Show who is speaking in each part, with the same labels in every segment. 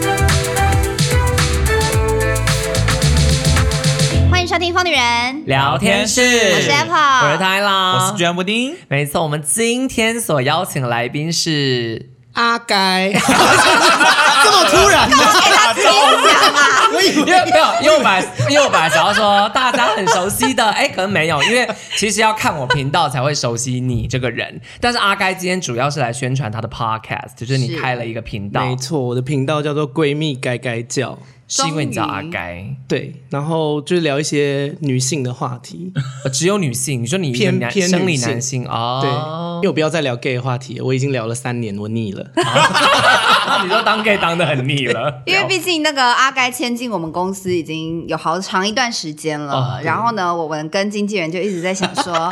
Speaker 1: 聊天室，
Speaker 2: 我是
Speaker 3: Apple
Speaker 1: 我是泰拉，
Speaker 2: 我是居然布丁，
Speaker 1: 没错，我们今天所邀请的来宾是
Speaker 4: 阿该，这么突然吗？我以
Speaker 1: 因
Speaker 4: 为
Speaker 1: 为没有，因为我本来因为我本来想要说大家很熟悉 的，哎、可能没有，因为其实要看我频道才会熟悉你这个人。但是阿该今天主要是来宣传他的 podcast，就是你
Speaker 3: 是
Speaker 1: 开了一个频道，
Speaker 4: 没错，我的频道叫做闺蜜该该叫，
Speaker 1: 是因为你知道阿
Speaker 3: 终于
Speaker 1: 该、
Speaker 4: 对，然后就是聊一些女性的话题，
Speaker 1: 呃只有女性，你说你
Speaker 4: 偏
Speaker 1: 男
Speaker 4: 偏
Speaker 1: 生理
Speaker 4: 女性
Speaker 1: 男性
Speaker 4: 对，
Speaker 1: 哦
Speaker 4: 因，为我不要再聊 gay 的话题了，我已经聊了三年，我腻了。
Speaker 1: 那你说当 gay 当的很腻了，
Speaker 3: 因为毕竟那个阿该签进我们公司已经有好长一段时间
Speaker 1: 哦
Speaker 3: 了，然后呢，我们跟经纪人就一直在想 说，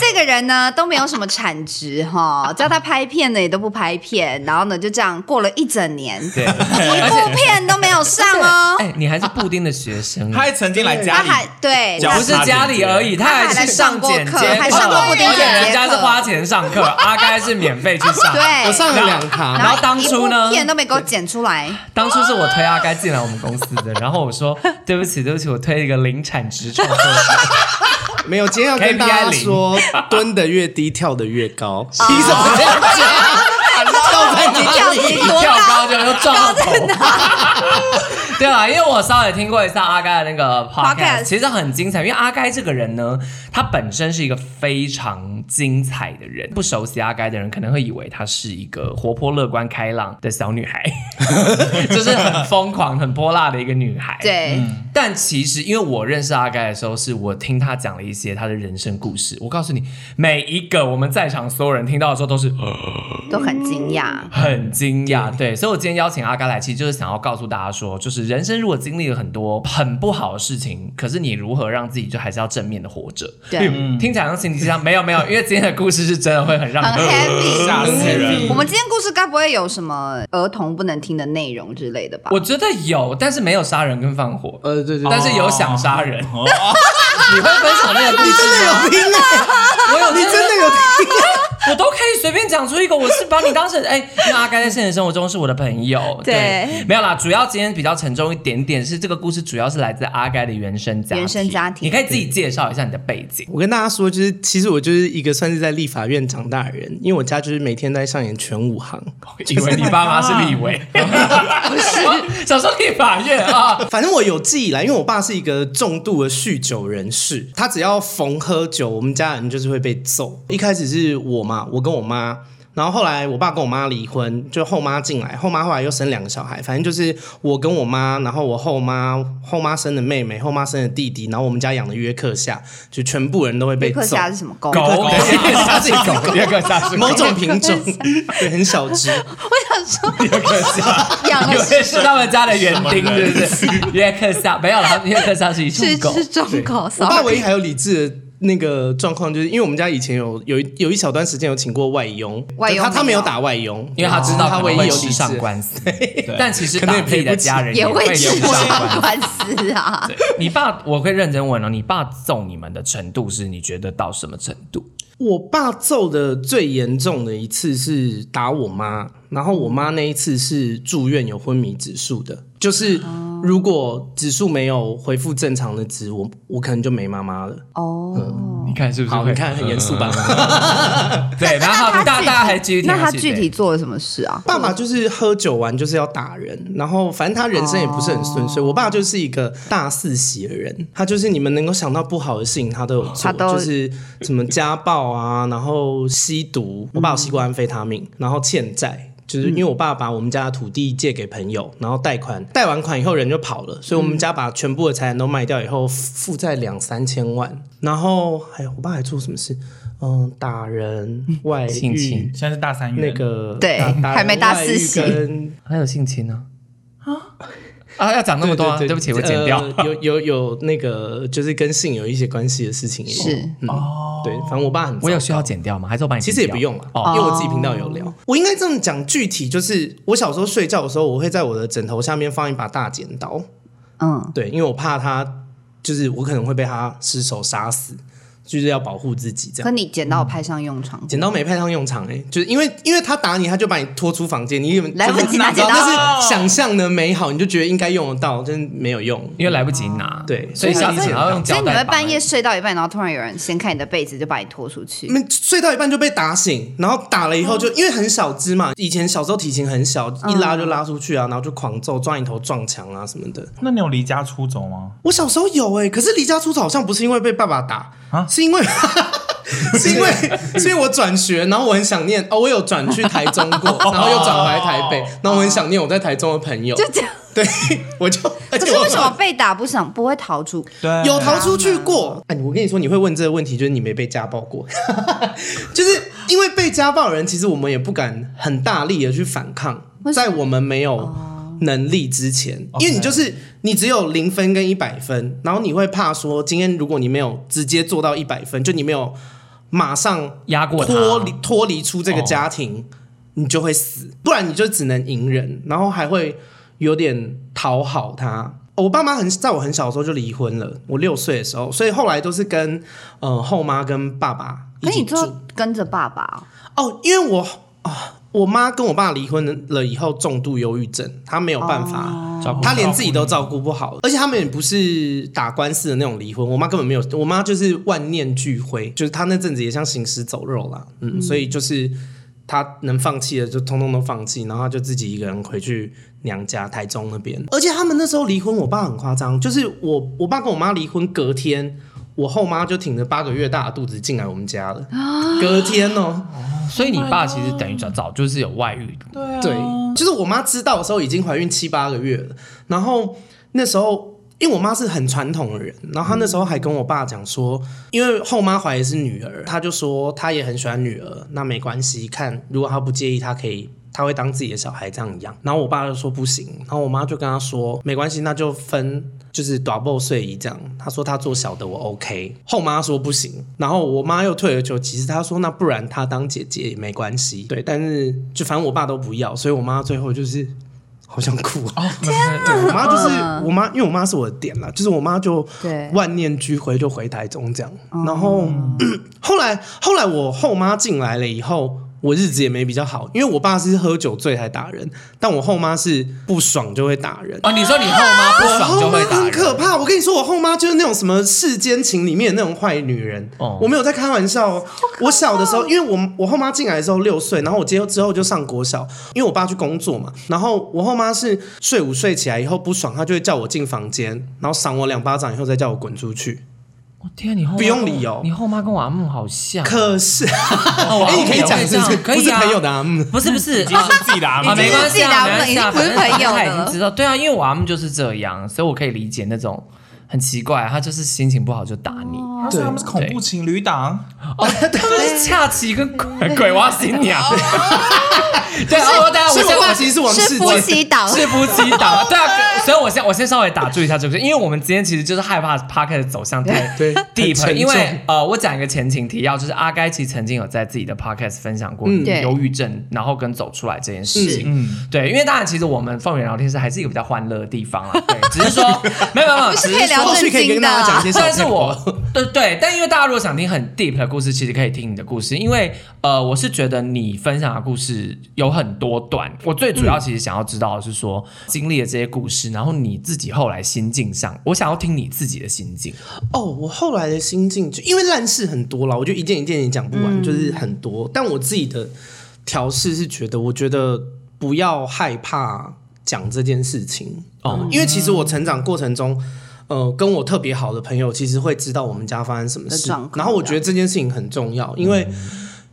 Speaker 3: 这个人呢都没有什么产值哈，叫他拍片呢也都不拍片，然后呢就这样过了一整年，
Speaker 1: 对，
Speaker 3: 一部片都没有上哦，
Speaker 1: 哎、你还是布丁的学生，啊
Speaker 2: 他还曾经来家
Speaker 3: 他
Speaker 2: 里，
Speaker 3: 还对，
Speaker 2: 脚
Speaker 1: 哎不是家里而已，他还去上剪接
Speaker 3: 他还来上过课还上过布丁
Speaker 1: 而且
Speaker 3: 剪接
Speaker 1: 人家是
Speaker 3: 课
Speaker 1: 花钱上 课，阿该是免费去上。
Speaker 3: 对，
Speaker 4: 我上了两堂，
Speaker 1: 然后当初呢
Speaker 3: 一部片都没给我剪出来，
Speaker 1: 当初是我推阿该进来我们公司的，然后我说对不起，对不起，我推了一个零产值创作者，
Speaker 4: 没有，今天要跟
Speaker 1: KPI
Speaker 4: 大家
Speaker 1: 零
Speaker 4: 说，蹲的越低，跳的越高。
Speaker 3: 你 怎么这样
Speaker 4: 跳在底
Speaker 3: 跳级
Speaker 1: 一
Speaker 3: 多
Speaker 1: 跳
Speaker 3: 高？
Speaker 1: 高就就撞到头。 对啊，因为我稍微听过一下阿该的那个 podcast，
Speaker 3: Podcast
Speaker 1: 其实很精彩。因为阿该这个人呢，他本身是一个非常精彩的人。不熟悉阿该的人可能会以为她是一个活泼、乐观、开朗的小女 孩，就是很疯狂、很泼辣的一个女孩。
Speaker 3: 对，
Speaker 1: 但其实，因为我认识阿盖的时候，是我听他讲了一些他的人生故事。我告诉你，每一个我们在场所有人听到的时候都是呃
Speaker 3: 都很惊讶。
Speaker 1: 很惊讶，对。所以我今天邀请阿盖来，其实就是想要告诉大家说，就是人生如果经历了很多很不好的事情，可是你如何让自己就还是要正面的活着。
Speaker 3: 对
Speaker 1: 例如
Speaker 4: 嗯
Speaker 1: 听起来像心理鸡汤，没有没有，因为今天的故事是真的会很让你
Speaker 3: 很 happy，
Speaker 2: 吓死人
Speaker 3: 我们今天故事该不会有什么儿童不能听的内容之类的吧？
Speaker 1: 我觉得有，但是没有杀人跟放火，
Speaker 4: 呃，对对对，
Speaker 1: 但是有想杀人。
Speaker 4: 哦
Speaker 1: 你会分享那个故
Speaker 4: 你真
Speaker 1: 事
Speaker 4: 的
Speaker 1: 吗？
Speaker 4: 有听欸
Speaker 1: 我有
Speaker 4: 你真的有听？
Speaker 1: 我都可以随便讲出一个，我是把你当成哎，那阿该在现实生活中是我的 朋友，
Speaker 3: 对
Speaker 1: 没有啦，主要今天比较沉重一点点，是这个故事主要是来自阿该的原生家庭
Speaker 3: 原生家庭
Speaker 1: 你可以自己介绍一下你的背景，
Speaker 4: 我跟大家说，就是其实我就是一个算是在立法院长大的人，因为我家就是每天都在上演全武行。
Speaker 1: 以为你爸妈是立 委，不是，小时候立法院啊，
Speaker 4: 反正我有记忆以来，因为我爸是一个重度的酗酒人士，他只要逢喝酒，我们家人就是会被揍。一开始是我嘛，我跟我妈。然后后来我爸跟我妈离婚，就后妈进来，后妈后来又生两个小孩，反正就是我跟我妈，然后我后妈，后妈生的妹妹，后妈生的弟弟，然后我们家养的约克夏，就全部人都会被
Speaker 3: 贝
Speaker 4: 揍
Speaker 3: 克。 夏是什么狗？
Speaker 1: 狗
Speaker 4: 狗
Speaker 1: 约克夏是狗，约克夏是
Speaker 4: 某种品种，对，很小只。
Speaker 3: 我想说
Speaker 1: 约克夏。
Speaker 3: 养
Speaker 1: 有
Speaker 3: 了
Speaker 1: 些
Speaker 3: 是
Speaker 1: 是他们家的园丁，对不对？约克夏没有啦，约克夏是一处
Speaker 3: 是
Speaker 1: 狗，
Speaker 3: 是种狗，
Speaker 4: 我爸唯
Speaker 3: sorry
Speaker 4: 一还有理智的那个状况，就是因为我们家以前有有一有一小段时间有请过外佣，
Speaker 3: 外佣
Speaker 4: 对他他
Speaker 3: 没
Speaker 4: 没
Speaker 3: 有
Speaker 4: 有打外佣，
Speaker 1: 因为他知
Speaker 4: 然
Speaker 1: 道
Speaker 4: 后他
Speaker 1: 可
Speaker 4: 唯
Speaker 1: 能
Speaker 4: 一
Speaker 1: 会
Speaker 4: 有理
Speaker 1: 吃上
Speaker 4: 智。
Speaker 1: 官司，但其实
Speaker 4: 可能
Speaker 1: 打
Speaker 4: 也
Speaker 1: 自己
Speaker 4: 赔
Speaker 1: 的
Speaker 4: 不起
Speaker 1: 家人
Speaker 3: 也会
Speaker 1: 吃
Speaker 3: 去
Speaker 1: 上官
Speaker 3: 上
Speaker 1: 司。
Speaker 3: 官司啊。
Speaker 1: 你爸，我会认真问哦，你爸揍你们的程度是你觉得到什么程度？
Speaker 4: 我爸揍的最严重的一次是打我妈，然后我妈那一次是住院有昏迷指数的，就是如果指数没有恢复正常的值，我我可能就没妈妈了。
Speaker 3: 哦，
Speaker 1: 你看是不
Speaker 4: 好，你看很严肃吧？嗯
Speaker 1: 对，然后
Speaker 3: 那他
Speaker 1: 大
Speaker 3: 具体
Speaker 1: 大家还具体，
Speaker 3: 那他
Speaker 1: 还
Speaker 3: 具体做了什么事啊？
Speaker 4: 爸爸就是喝酒完就是要打人，然后反正他人生也不是很顺遂。我爸就是一个大四喜的人，他就是你们能够想到不好的事情，他都有做，
Speaker 3: 他都
Speaker 4: 就是什么家暴啊，然后吸毒，我爸有吸过安非他命，然后欠债。就是因为我爸把我们家的土地借给朋友，然后贷款，贷完款以后人就跑了，所以我们家把全部的财产都卖掉以后，负债两三千万。然后还有我爸还做什么事？嗯，打人、外遇、
Speaker 1: 性侵
Speaker 2: 现在是大三元
Speaker 4: 那个
Speaker 3: 对
Speaker 4: 打打
Speaker 3: 还没大四
Speaker 4: 人外遇跟
Speaker 1: 还有性侵呢？啊啊，要讲那么多啊，对不起，我剪掉。
Speaker 4: 呃有有有那个就是跟性有一些关系的事情也有
Speaker 3: 是
Speaker 4: 嗯
Speaker 2: 哦
Speaker 4: 对，反正我爸很糟糕
Speaker 1: 我有需要剪掉吗？还是我帮你
Speaker 4: 其
Speaker 1: 剪掉？
Speaker 4: 实也不用啊了，
Speaker 1: 哦
Speaker 4: 因为我自己频道有聊。我应该这么讲，具体就是我小时候睡觉的时候，我会在我的枕头下面放一把大剪刀，
Speaker 3: 嗯，
Speaker 4: 对，因为我怕他就是我可能会被他失手杀死，就是要保护自己这
Speaker 3: 可
Speaker 4: 样。
Speaker 3: 你剪刀有派上用场，
Speaker 4: 剪刀没派上用场哎、就是因为因为他打你，他就把你拖出房间，你以为
Speaker 3: 来不及拿剪刀
Speaker 4: 那是想象的美好，你就觉得应该用得到，真的没有用。
Speaker 1: 因为来不及拿，
Speaker 4: 嗯对
Speaker 1: 所以
Speaker 4: 所以
Speaker 1: 想
Speaker 4: 所以
Speaker 1: 想要用
Speaker 3: 所以
Speaker 1: 胶
Speaker 3: 你
Speaker 1: 带
Speaker 3: 会
Speaker 1: 绑
Speaker 3: 半夜睡到一半，然后突然有人掀开你的被子，就把你拖出去
Speaker 4: 你。们睡到一半就被打醒，然后打了以后就、因为很小只嘛，以前小时候体型很小，一拉就拉出去
Speaker 3: 嗯
Speaker 4: 啊，然后就狂揍，撞你头撞墙啊什么的。
Speaker 2: 那你有离家出走吗？
Speaker 4: 我小时候有哎、可是离家出走好像不是因为被爸爸打，
Speaker 2: 啊
Speaker 4: 是 因为是因为是因为我转学，然后我很想念哦，我有转去台中过，然后又转回来台 北，然后我很想念我在台中的朋友，
Speaker 3: 就这样，
Speaker 4: 对， 我就
Speaker 3: 可是为什么被打不想不会逃出？
Speaker 2: 对，啊
Speaker 4: 有逃出去过？哎，我跟你说，你会问这个问题，就是你没被家暴过， 就是因为被家暴的人，其实我们也不敢很大力的去反抗，
Speaker 3: 为什
Speaker 4: 在
Speaker 3: 么
Speaker 4: 我们没有能力之前，因为你就是你只有零分跟一百分，然后你会怕说，今天如果你没有直接做到一百分，就你没有马上
Speaker 1: 压过他，哦
Speaker 4: 脱离脱离出这个家庭，你就会死，不然你就只能隐忍，然后还会有点讨好他。哦我爸妈很在我很小的时候就离婚了，我六岁的时候，所以后来都是跟呃后妈跟爸爸一
Speaker 3: 可
Speaker 4: 起
Speaker 3: 你
Speaker 4: 住。
Speaker 3: 就跟着爸爸哦，
Speaker 4: 哦，因为我啊、我妈跟我爸离婚了以后重度忧郁症，她没有办法。
Speaker 1: 照顾
Speaker 4: 他连自己都照顾不好，而且他们也不是打官司的那种离婚。我妈根本没有，我妈就是万念俱灰，就是她那阵子也像行尸走肉啦，嗯，所以就是她能放弃的就通通都放弃，然后她就自己一个人回去娘家台中那边。而且他们那时候离婚，我爸很夸张，就是我我爸跟我妈离婚隔天。我后妈就挺着八个月大的肚子进来我们家了，隔天哦，
Speaker 1: 所以你
Speaker 3: ，Oh
Speaker 1: 爸其实等于早早就是有外遇，
Speaker 4: 对，就是我妈知道的时候已经怀孕七八个月了，然后那时候。因为我妈是很传统的人，然后她那时候还跟我爸讲说，因为后妈怀的是女儿，她就说她也很喜欢女儿，那没关系，看如果她不介意，她可以，她会当自己的小孩这样养。然后我爸就说不行，然后我妈就跟他说没关系，那就分就是 double 睡衣这样。她说她做小的我 OK，后妈说不行，然后我妈又退而求其次，她说那不然她当姐姐也没关系，对，但是就反正我爸都不要，所以我妈最后就是好想哭啊。
Speaker 2: 天
Speaker 4: 对我妈就是我妈，因为我妈是我的点啦，就是我妈就
Speaker 3: 对
Speaker 4: 万念俱灰，就回台中这样。然后、 后来后来我后妈进来了以后，我日子也没比较好，因为我爸是喝酒醉才打人，但我后妈是不爽就会打人。
Speaker 1: 哦，你说你后妈不
Speaker 4: 我
Speaker 1: 爽
Speaker 4: 后
Speaker 1: 就
Speaker 4: 妈
Speaker 1: 会打
Speaker 4: 哦很
Speaker 1: 人，
Speaker 4: 可怕，我跟你说，我后妈就是那种什么世间情里面的那种坏女人。
Speaker 1: 哦
Speaker 4: 我没有在开玩笑哦。我小的时候，因为我我后妈进来的时候六岁，然后我接之后就上国小，因为我爸去工作嘛。然后我后妈是睡午睡起来以后不爽，她就会叫我进房间，然后赏我两巴掌以后再叫我滚出去。
Speaker 1: 我天，你后妈
Speaker 4: 不用理由
Speaker 1: 你后妈跟我阿姆好像，
Speaker 4: 可是，
Speaker 1: 哦我
Speaker 4: 哎，你可以讲是
Speaker 1: 这
Speaker 4: 不是？
Speaker 1: 样可
Speaker 4: 不
Speaker 1: 以
Speaker 4: 是
Speaker 1: 啊，
Speaker 4: 朋友的啊，嗯。
Speaker 1: 不是不是
Speaker 2: 已经是自己的阿
Speaker 1: 啊，
Speaker 2: 妈，
Speaker 1: 没关系啊，
Speaker 3: 已经是自己的
Speaker 1: 没
Speaker 3: 已经不
Speaker 1: 关系啊，
Speaker 3: 是
Speaker 1: 反正
Speaker 3: 朋友
Speaker 1: 他已
Speaker 3: 了
Speaker 1: 经知道，对啊，因为我阿姆就是这样，所以我可以理解那种很奇怪，他就是心情不好就打你。
Speaker 2: 他说他们是恐怖情侣档，
Speaker 1: 哦，对，恰奇跟鬼鬼娃新娘。 对，哦，大家，我
Speaker 4: 所以
Speaker 1: 现
Speaker 4: 我
Speaker 1: 在
Speaker 4: 爸其实是王
Speaker 3: 是
Speaker 4: 世
Speaker 3: 夫
Speaker 4: 坚。
Speaker 3: 妻档，
Speaker 1: 是夫妻档，对啊，所以我先我先稍微打住一下这个，因为我们今天其实就是害怕 p a r k 走向太
Speaker 4: 对很
Speaker 1: deep，
Speaker 4: 沉
Speaker 1: 因为
Speaker 4: 重
Speaker 1: 呃，我讲一个前情提要，就是阿该其实曾经有在自己的 podcast 分享过
Speaker 4: 嗯
Speaker 3: 对
Speaker 1: 忧郁症，然后跟走出来这件事情。
Speaker 2: 嗯，
Speaker 1: 对，因为当然，其实我们凤园聊天室还是一个比较欢乐的地方 啦。对，只是说没有没有没有，
Speaker 4: 啊
Speaker 3: 不
Speaker 1: 只
Speaker 3: 是可以
Speaker 1: 是
Speaker 3: 聊
Speaker 1: 说
Speaker 4: 后续可以跟
Speaker 3: 啊
Speaker 4: 大家讲一些小
Speaker 1: 但是
Speaker 4: paper
Speaker 1: 我 对对，但因为大家如果想听很 deep 的故事，其实可以听你的故事，因为呃，我是觉得你分享的故事有很多段，我最主要其实想要知道的是说、经历了这些故事，然后你自己后来心境上，我想要听你自己的心境。
Speaker 4: 哦，我后来的心境就因为烂事很多啦，我就一件一件也讲不
Speaker 3: 嗯
Speaker 4: 完，就是很多。但我自己的调试是觉得，我觉得不要害怕讲这件事情哦、因为其实我成长过程中。呃，跟我特别好的朋友其实会知道我们家发生什么
Speaker 3: 的
Speaker 4: 事
Speaker 3: 状，况嗯
Speaker 4: 然后我觉得这件事情很重要，因为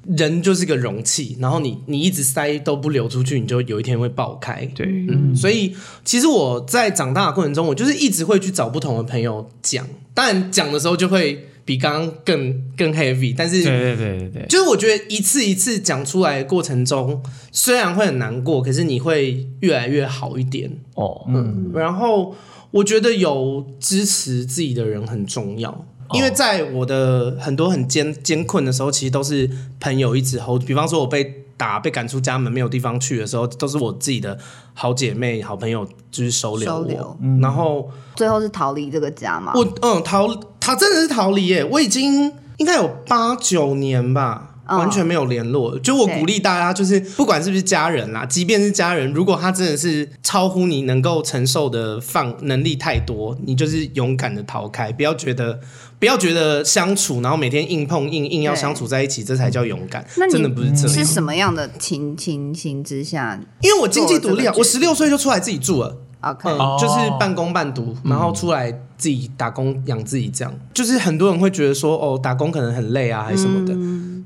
Speaker 4: 人就是个容器，然后你你一直塞都不流出去，你就有一天会爆开。
Speaker 1: 对，
Speaker 4: 所以其实我在长大的过程中，我就是一直会去找不同的朋友讲，但讲的时候就会比刚刚更更 heavy，但
Speaker 1: 对
Speaker 4: 是。
Speaker 1: 对对对对。
Speaker 4: 就是我觉得一次一次讲出来的过程中，虽然会很难过，可是你会越来越好一点。
Speaker 1: 哦，
Speaker 4: 嗯，然后我觉得有支持自己的人很重要，
Speaker 3: 哦
Speaker 4: 因为在我的很多很艰艰困的时候，其实都是朋友一直 hold。比方说，我被打、被赶出家门、没有地方去的时候，都是我自己的好姐妹、好朋友就是收留我。
Speaker 3: 收留
Speaker 4: 然后
Speaker 3: 最后是逃离这个家嘛？
Speaker 4: 我嗯逃，他真的是逃离耶！我已经应该有八九年吧。
Speaker 3: 嗯
Speaker 4: 完全没有联络，就我
Speaker 3: 对
Speaker 4: 鼓励大家，就是不管是不是家人啦，即便是家人，如果他真的是超乎你能够承受的范能力太多，你就是勇敢的逃开，不要觉得不要觉得相处，然后每天硬碰硬，硬要
Speaker 3: 对
Speaker 4: 相处在一起，这才叫勇敢
Speaker 3: 那，你
Speaker 4: 真的不是这
Speaker 3: 是
Speaker 4: 样。
Speaker 3: 什么样的情情形之下
Speaker 4: 因为我经济独立啊，
Speaker 3: 做了
Speaker 4: 我十六岁就出来自己住了。
Speaker 3: ？OK，、
Speaker 4: 嗯，
Speaker 2: 哦
Speaker 4: 就是半工半读，然后出来自己打工养自己，这样。就是很多人会觉得说，哦，打工可能很累啊，还是什么的，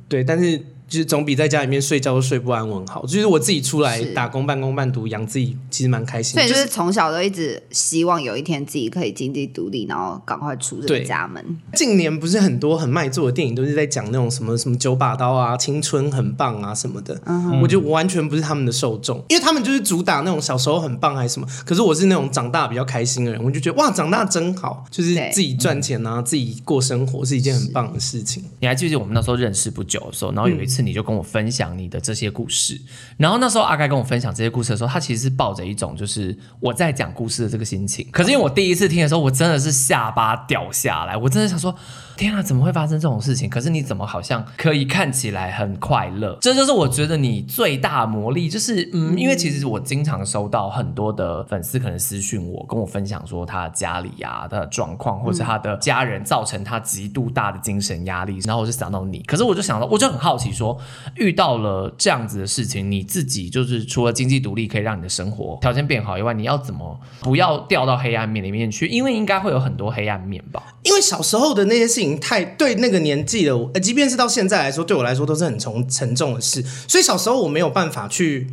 Speaker 4: 对。但是就是总比在家里面睡觉都睡不安稳好。就是我自己出来
Speaker 3: 是
Speaker 4: 打工，半工半读养自己，其实蛮开心
Speaker 3: 所
Speaker 4: 的。
Speaker 3: 以就
Speaker 4: 就是
Speaker 3: 是从小都一直希望有一天自己可以经济独立，然后赶快出这个
Speaker 4: 对
Speaker 3: 家门。
Speaker 4: 近年不是很多很卖座的电影都是在讲那种什么什么九把刀啊、青春很棒啊什么的，我觉得我完全不是他们的受众，因为他们就是主打那种小时候很棒还是什么，可是我是那种长大比较开心的人，我就觉得哇，长大真好，就是
Speaker 3: 对
Speaker 4: 自己赚钱啊，自己过生活是一件很棒的事情。
Speaker 1: 你还记不记得我们那时候认识不久的时候，然后有一次你就跟我分享你的这些故事，然后那时候阿该跟我分享这些故事的时候，他其实是抱着一种就是我在讲故事的这个心情。可是因为我第一次听的时候，我真的是下巴掉下来，我真的想说，天啊，怎么会发生这种事情？可是你怎么好像可以看起来很快乐？这就是我觉得你最大的魔力，就是嗯，因为其实我经常收到很多的粉丝可能私讯我，跟我分享说他的家里啊，他的状况，或是他的家人造成他极度大的精神压力，然后我就想到你，可是我就想到，我就很好奇说，遇到了这样子的事情，你自己就是除了经济独立可以让你的生活条件变好以外，你要怎么不要掉到黑暗面里面去？因为应该会有很多黑暗面吧。
Speaker 4: 因为小时候的那些事情太对那个年纪的我，呃，即便是到现在来说，对我来说都是很重沉重的事，所以小时候我没有办法去，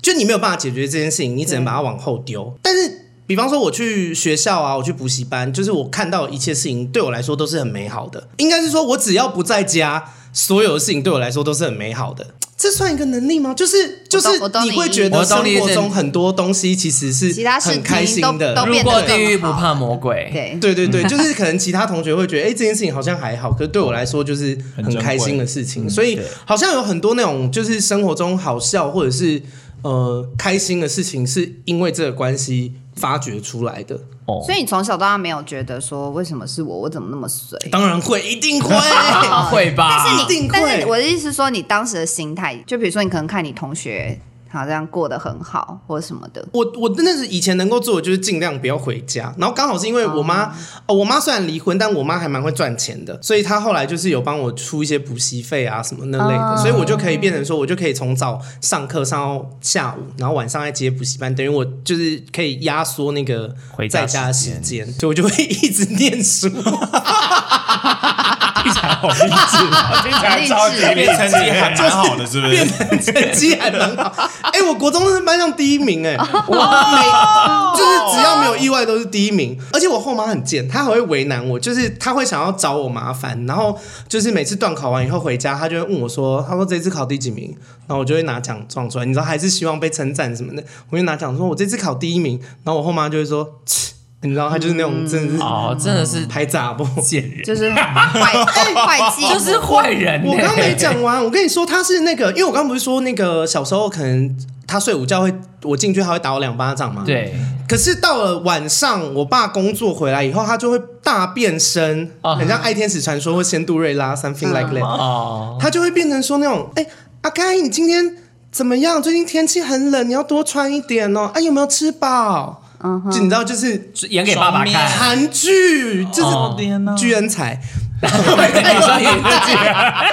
Speaker 4: 就你没有办法解决这件事情，你只能把它往后丢。但是，比方说我去学校啊，我去补习班，就是我看到一切事情对我来说都是很美好的。应该是说我只要不在家，所有的事情对我来说都是很美好的。这算一个能力吗？就是就是
Speaker 3: 我懂，
Speaker 4: 你会觉
Speaker 1: 我
Speaker 4: 得
Speaker 1: 懂
Speaker 4: 生
Speaker 1: 你意思
Speaker 4: 活中很多东西其实是
Speaker 3: 其他事
Speaker 4: 很开
Speaker 3: 情
Speaker 4: 心
Speaker 3: 都
Speaker 4: 的，
Speaker 3: 都
Speaker 1: 如
Speaker 3: 变得
Speaker 1: 果
Speaker 3: 更
Speaker 1: 地狱不
Speaker 3: 好
Speaker 1: 怕魔鬼，
Speaker 3: 对，
Speaker 4: 哎对对对，就是可能其他同学会觉得，哎、这件事情好像还好，可是对我来说就是很开心的事情，所以好像有很多那种就是生活中好笑或者是呃开心的事情，是因为这个关系发掘出来的。
Speaker 1: 哦
Speaker 3: 所以你从小到大没有觉得说为什么是我，我怎么那么衰？
Speaker 4: 当然会，一定会，
Speaker 1: 啊会吧？
Speaker 4: 一定
Speaker 3: 但是
Speaker 4: 会。
Speaker 3: 我的意思是说，你当时的心态，就比如说你可能看你同学好像过得很好，或者什么的，
Speaker 4: 我我真的是以前能够做的就是尽量不要回家，然后刚好是因为我妈，哦，我妈虽然离婚，但我妈还蛮会赚钱的，所以她后来就是有帮我出一些补习费啊什么那类的，
Speaker 3: 哦
Speaker 4: 所以我就可以变成说，我就可以从早上课上到下午，然后晚上再接补习班，等于我就是可以压缩那个
Speaker 1: 回家
Speaker 4: 在家的时
Speaker 1: 时
Speaker 4: 间，所以我就会 一直念书。
Speaker 2: 听起来好励志啊，听起来超级励志，成绩还蛮好的，是不是？
Speaker 4: 成绩还蛮好。哎、我国中是班上第一名、哎，我每就是只要没有意外都是第一名。而且我后妈很贱，她还会为难我，就是她会想要找我麻烦，然后就是每次段考完以后回家，她就会问我说：“她说这次考第几名？”然后我就会拿奖状出来，你知道还是希望被称赞什么的，我就拿奖说：“我这次考第一名。”然后我后妈就会说：“切你知道，她就是那种真的 是
Speaker 1: 哦，真的是
Speaker 4: 拍杂不？”
Speaker 1: 贱人，
Speaker 3: 就是坏坏计，
Speaker 1: 就是坏人、欸。
Speaker 4: 我刚没讲完，我跟你说他是那个，因为我刚不是说那个小时候可能他睡午觉会，我进去他会打我两巴掌嘛。。
Speaker 1: 对
Speaker 4: 可是到了晚上，我爸工作回来以后，他就会大变身，
Speaker 1: 啊
Speaker 4: 很像《爱天使传说》或《仙杜瑞拉》（something like that），、
Speaker 1: 哦，
Speaker 4: 他就会变成说那种，哎、阿该，你今天怎么样？最近天气很冷，你要多穿一点哦。哎、有没有吃饱？
Speaker 3: 嗯
Speaker 4: 就你知道，就是
Speaker 1: 演给爸爸 看。
Speaker 4: 韩剧，就是
Speaker 1: 哦
Speaker 2: 天哪
Speaker 4: 巨恩才。
Speaker 1: 你说你自己，
Speaker 3: 哎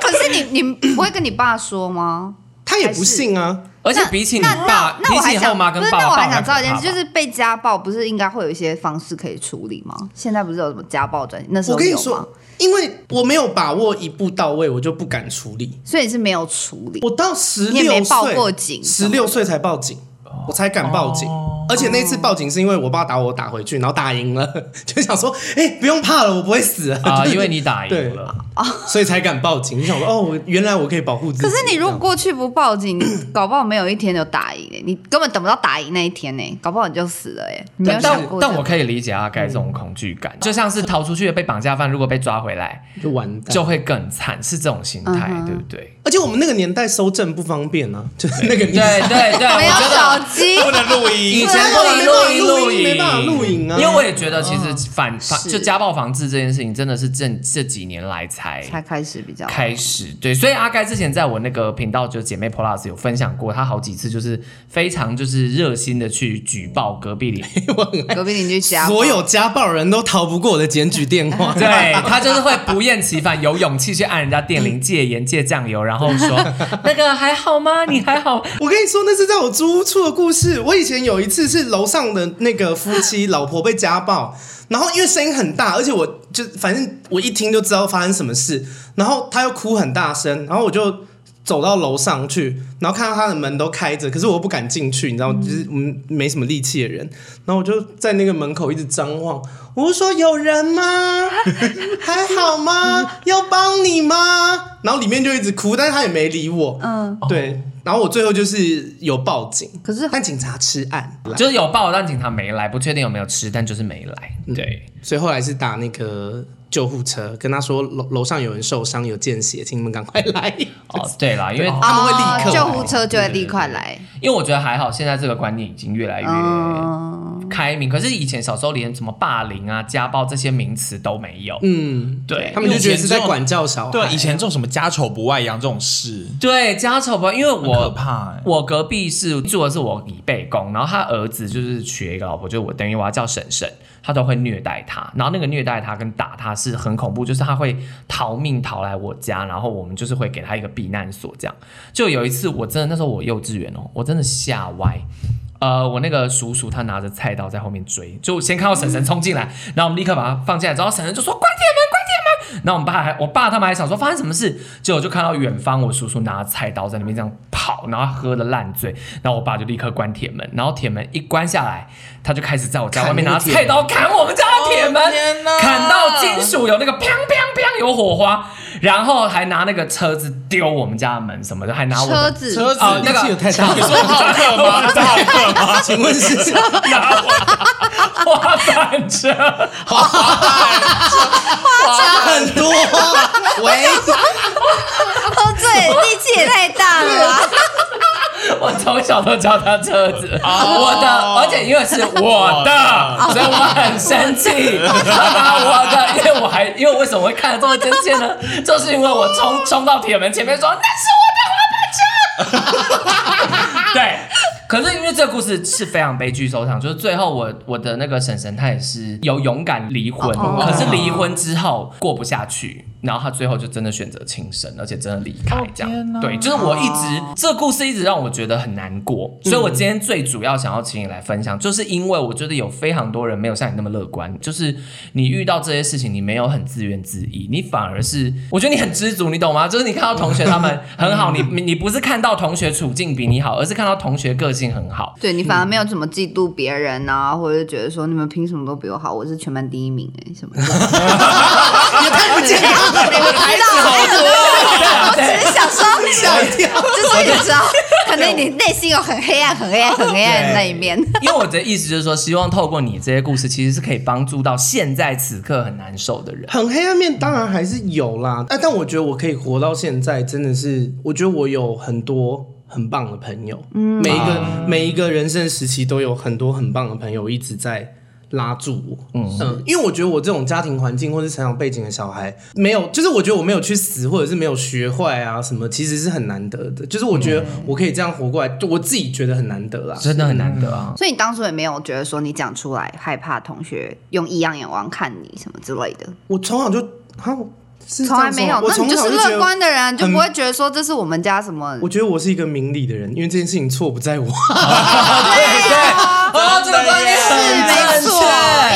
Speaker 3: 可是你你不会跟你爸说吗？
Speaker 4: 他也不信啊，
Speaker 1: 而且比起你
Speaker 3: 那
Speaker 1: 爸，
Speaker 3: 那那我
Speaker 1: 比
Speaker 3: 还
Speaker 1: 起后
Speaker 3: 想
Speaker 1: 妈跟
Speaker 3: 不是
Speaker 1: 爸爸，
Speaker 3: 那我还
Speaker 1: 爸爸
Speaker 3: 想知道一件
Speaker 1: 更
Speaker 3: 事，就是被家暴，不是应该会有一些方式可以处理吗？现在不是有什么家暴专？那时候
Speaker 4: 我跟你
Speaker 3: 有吗
Speaker 4: 说，，因为我没有把握一步到位，我就不敢处理。
Speaker 3: 所以是没有处理。
Speaker 4: 我到十
Speaker 3: 你也
Speaker 4: 六
Speaker 3: 没
Speaker 4: 岁，
Speaker 3: 报过警什
Speaker 4: 十
Speaker 3: 么的
Speaker 4: 六岁才报警，
Speaker 1: 哦
Speaker 4: 我才敢报警。而且那次报警是因为我爸打我打回去，然后打赢了， 就想说，哎、不用怕了，我不会死
Speaker 1: 爸啊，
Speaker 4: 就是
Speaker 1: 因为你打赢了，
Speaker 4: 所以才敢报警。就想说，哦，我原来我可以保护自己。
Speaker 3: 可是你如
Speaker 4: 这
Speaker 3: 果
Speaker 4: 样
Speaker 3: 过去不报警，搞不好没有一天就打赢、欸，你根本等不到打赢那一天呢、搞不好你就死了哎、欸。你没有
Speaker 1: 但
Speaker 3: 想
Speaker 1: 但
Speaker 3: 过
Speaker 1: 但
Speaker 3: 这
Speaker 1: 我可以理解阿盖
Speaker 3: 嗯
Speaker 1: 这种恐惧感，啊就像是逃出去的被绑架犯，如果被抓回来
Speaker 4: 就完蛋。
Speaker 1: 就会更惨，是这种心态，
Speaker 3: 嗯
Speaker 1: 对不对？
Speaker 4: 而且我们那个年代搜证不方便啊，就是那个
Speaker 1: 对
Speaker 4: 年代。
Speaker 1: 对对，
Speaker 3: 没
Speaker 1: 我
Speaker 3: 有
Speaker 1: 觉得
Speaker 3: 手机，
Speaker 2: 不能录音，
Speaker 1: 以
Speaker 3: 对
Speaker 1: 前能不能录音录影，
Speaker 4: 没办法录影啊
Speaker 1: 因为我也觉得，其实反反
Speaker 3: 哦是
Speaker 1: 就家暴防治这件事情，真的是这这几年来才
Speaker 3: 才开始比较
Speaker 1: 开始对，所以阿盖之前在我那个频道就姐妹 Plus 有分享过，他好几次就是非常就是热心的去举报隔壁邻居，
Speaker 3: 隔壁邻居家暴
Speaker 4: 所有家暴人都逃不过我的检举电 话。
Speaker 1: 对他就是会不厌其烦，有勇气去按人家电铃借盐借酱油，然后说那个还好吗？你还好？
Speaker 4: 我跟你说，那是在我租屋处的故事。我以前有一次是楼上的那个夫妻，老婆被家暴，然后因为声音很大，而且我就反正我一听就知道发生什么事，然后她又哭很大声，然后我就走到楼上去，然后看到她的门都开着，可是我又不敢进去，你知道，就是嗯没什么力气的人，然后我就在那个门口一直张望，我就说有人吗？还好吗？要帮你吗？然后里面就一直哭，但是他也没理我，
Speaker 3: 嗯，
Speaker 4: 对，然后我最后就是有报警，
Speaker 3: 可是
Speaker 4: 但警察吃案，
Speaker 1: 就是有报，但警察没来，不确定有没有吃，但就是没来。对，
Speaker 4: 所以后来是打那个救护车，跟他说楼楼上有人受伤，有见血，请你们赶快来。
Speaker 1: 哦，对啦，因为
Speaker 4: 他们会立刻
Speaker 3: 哦
Speaker 4: 来
Speaker 3: 救护车就会立刻来，
Speaker 1: 因为我觉得还好，现在这个观念已经越来越
Speaker 3: 嗯，
Speaker 1: 开明。可是以前小时候连什么霸凌啊、家暴这些名词都没有。
Speaker 4: 嗯，
Speaker 1: 对
Speaker 4: 他们就觉得是在管教小孩。
Speaker 2: 对，以前这种什么家丑不外扬这种事，
Speaker 1: 对，家丑不，因为
Speaker 2: 很可
Speaker 1: 我
Speaker 2: 怕欸。
Speaker 1: 我隔壁是住的是我姨辈公，然后他儿子就是娶了一个老婆，就是我等于我要叫婶婶，他都会虐待他，然后那个虐待他跟打他是很恐怖，就是他会逃命逃来我家，然后我们就是会给他一个避难所这样。就有一次我真的那时候我幼稚园哦，我真的吓歪。呃，我那个叔叔他拿着菜刀在后面追，就先看到婶婶冲进来，然后我们立刻把他放下来，然后婶婶就说：“关铁门，关铁门！”然后我们爸还我爸他们还想说发生什么事，结果就看到远方我叔叔拿着菜刀在那边这样跑，然后他喝的烂醉，然后我爸就立刻关铁门，然后铁门一关下来，他就开始在我家外面拿着菜刀砍我们家的铁
Speaker 3: 哦
Speaker 1: 门，砍到金属有那个砰砰砰有火花，然后还拿那个车子丢我们家的门什么的，还拿我的
Speaker 3: 车子
Speaker 4: 车子
Speaker 1: 哦那
Speaker 4: 力
Speaker 1: 个
Speaker 4: 气有太大
Speaker 2: 你说
Speaker 4: 了，
Speaker 2: 浩克吗？ 是浩克吗？
Speaker 4: 请问是
Speaker 1: 滑板车，
Speaker 4: 差很多？喂，哦
Speaker 3: 喝醉力气也太大了吧，
Speaker 4: 啊
Speaker 1: 我从小都教他车子，我的，而且因为是我的，所以我很生气，他拿我的，因为我还因为为什么会看得这么真切呢？就是因为我冲冲到铁门前面说那是我的滑板车，对。可是因为这个故事是非常悲剧收场，就是最后我我的那个婶婶她也是有勇敢离婚，
Speaker 3: 哦
Speaker 1: 可是离婚之后过不下去，然后她最后就真的选择轻生，而且真的离开这样。对，就是我一直这故事一直让我觉得很难过，所以我今天最主要想要请你来分享，就是因为我觉得有非常多人没有像你那么乐观，就是你遇到这些事情，你没有很自怨自艾，你反而是我觉得你很知足，你懂吗？就是你看到同学他们很好，你你你不是看到同学处境比你好，而是看到同学个性很好。
Speaker 3: 对你反而没有怎么嫉妒别人啊，或者是觉得说你们凭什么都比我好，我是全班第一名哎、什么的，
Speaker 4: 也太不健康了，
Speaker 3: 我知 道，我只是想
Speaker 4: 吓
Speaker 3: 说，
Speaker 4: 一 跳。
Speaker 3: 就是你知道，可能你内心有很黑暗、很黑暗、很黑暗的那一面。
Speaker 1: 因为我的意思就是说，希望透过你这些故事，其实是可以帮助到现在此刻很难受的人。
Speaker 4: 很黑暗面当然还是有啦，但但我觉得我可以活到现在，真的是，我觉得我有很多很棒的朋友，嗯，每一个、每一个人生时期都有很多很棒的朋友一直在拉住我，嗯、因为我觉得我这种家庭环境或是成长背景的小孩，没有，就是我觉得我没有去死或者是没有学坏啊什么，其实是很难得的，就是我觉得我可以这样活过来，我自己觉得很难得啦，
Speaker 1: 真的很难得
Speaker 4: 嗯
Speaker 1: 啊！
Speaker 3: 所以你当初也没有觉得说你讲出来害怕同学用异样眼光看你什么之类的，
Speaker 4: 我从小就哈。是这
Speaker 3: 从
Speaker 4: 样
Speaker 3: 来
Speaker 4: 说
Speaker 3: 没
Speaker 4: 吗
Speaker 3: 有。
Speaker 4: 我
Speaker 3: 那
Speaker 4: 从
Speaker 3: 你就
Speaker 4: 小
Speaker 3: 是
Speaker 4: 就觉
Speaker 3: 乐
Speaker 4: 得
Speaker 3: 观的人，就不会觉得说这是我们家什么。
Speaker 4: 我觉得我是一个明理的人，因为这件事情错不在我。
Speaker 1: 对哦，这个观念
Speaker 3: 是没
Speaker 1: 很正
Speaker 3: 错，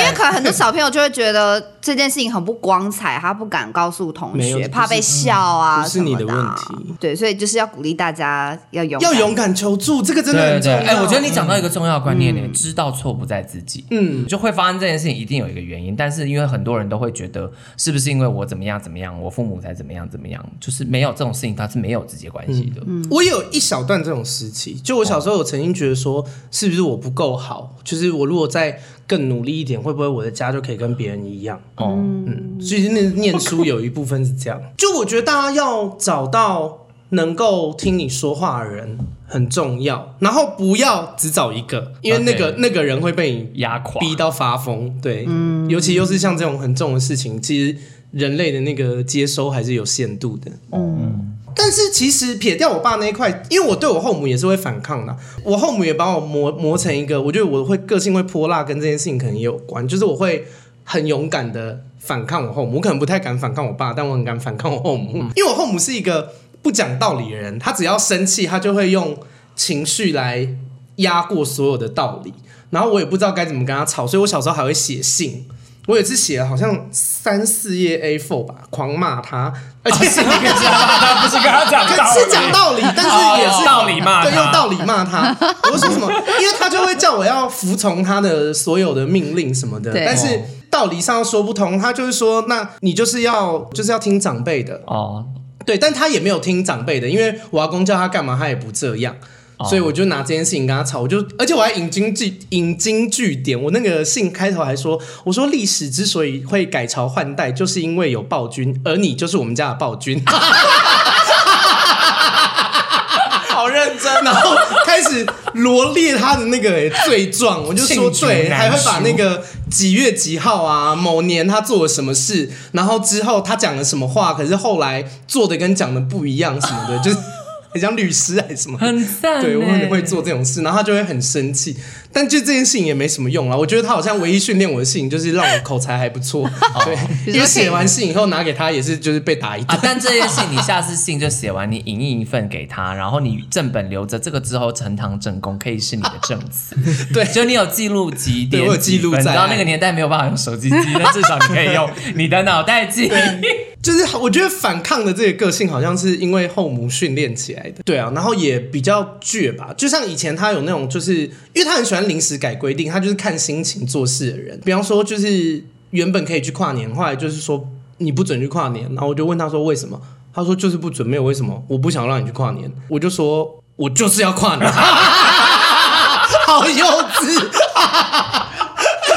Speaker 3: 因为
Speaker 1: 确。
Speaker 3: 可能很多小朋友就会觉得这件事情很不光彩，他不敢告诉同
Speaker 4: 没有
Speaker 3: 学，
Speaker 4: 这不是
Speaker 3: 怕被笑啊
Speaker 4: 不是
Speaker 3: 什么啊
Speaker 4: 你的问题
Speaker 3: 对，所以就是要鼓励大家要勇
Speaker 4: 要
Speaker 3: 敢
Speaker 4: 勇敢求助，这个真的
Speaker 1: 对对
Speaker 4: 很
Speaker 1: 对，
Speaker 4: 重要。
Speaker 1: 哎、我觉得你讲到一个重要的观念呢、知道错不在自己，
Speaker 4: 嗯，
Speaker 1: 就会发生这件事情，一定有一个原因。但是因为很多人都会觉得，是不是因为我怎么样怎么样，我父母才怎么样怎么样，就是没有这种事情，它是没有直接关系的。
Speaker 4: 我也有一小段这种时
Speaker 1: 嗯
Speaker 4: 期，就我小时候，我曾经觉得说，是不是我不够好？就是我如果再更努力一点，会不会我的家就可以跟别人一样？
Speaker 1: 哦、
Speaker 4: 嗯，所以那念书有一部分是这样。就我觉得大家要找到能够听你说话的人很重要，然后不要只找一个，因为那个
Speaker 1: OK
Speaker 4: 那个人会被你
Speaker 1: 压垮。
Speaker 4: 逼到发疯。对，尤其又是像这种很重的事情，其实人类的那个接收还是有限度的。嗯，但是其实撇掉我爸那一块，因为我对我后母也是会反抗的，我后母也把我磨磨成一个，我觉得我会个性会泼辣，跟这件事情可能也有关，就是我会很勇敢的反抗我后母，我可能不太敢反抗我爸，但我很敢反抗我后母，因为我后母是一个不讲道理的人，她只要生气，她就会用情绪来压过所有的道理。然后我也不知道该怎么跟她吵，所以我小时候还会写信。我有一次写了好像三四页 A4 吧，狂骂她，而且是
Speaker 2: 不是他不是跟他讲道理，
Speaker 4: 是讲道理，但是也
Speaker 1: 啊
Speaker 4: 是
Speaker 1: 道理骂
Speaker 4: 对，
Speaker 1: 他
Speaker 4: 用道理骂他。我就说什么？因为他就会叫我要服从他的所有的命令什么的，
Speaker 3: 对
Speaker 4: 但是道理上说不通。他就是说，那你就是要就是要听长辈的，
Speaker 1: 哦，
Speaker 4: 对，但他也没有听长辈的，因为我阿公叫他干嘛，他也不这样。所以我就拿这件事情跟他吵，我就而且我还引经据引经据典，我那个信开头还说，我说历史之所以会改朝换代，就是因为有暴君，而你就是我们家的暴君。
Speaker 2: 好认真
Speaker 4: 然后哦开始罗列他的那个欸罪状，我就
Speaker 2: 罄
Speaker 4: 说
Speaker 2: 竹
Speaker 4: 对，
Speaker 2: 难
Speaker 4: 还会把
Speaker 2: 书
Speaker 4: 那个几月几号啊，某年他做了什么事，然后之后他讲了什么话，可是后来做的跟讲的不一样什么的，就是很像律师还是什么。
Speaker 1: 很赞欸。
Speaker 4: 对，我很会做这种事，然后他就会很生气。但就这件事情也没什么用了。我觉得他好像唯一训练我的事情就是让我口才还不 错。对，因为写完信以后拿给他也是就是被打一顿
Speaker 1: 啊。，但这件信你下次信就写完，你影印一份给他，然后你正本留着，这个之后呈堂证供可以是你的证词。
Speaker 4: 对
Speaker 1: 就你有记录几点，
Speaker 4: 对我有记录在
Speaker 1: 几分你知道那个年代没有办法用手机记，但至少你可以用你的脑袋 记。
Speaker 4: 就是我觉得反抗的这个个性，好像是因为后母训练起来的。对啊，然后也比较倔吧。就像以前他有那种，就是因为他很喜欢临时改规定，他就是看心情做事的人。比方说，就是原本可以去跨年，后来就是说你不准去跨年，然后我就问他说为什么？他说就是不准，没有为什么，我不想让你去跨年。我就说我就是要跨年，好幼稚。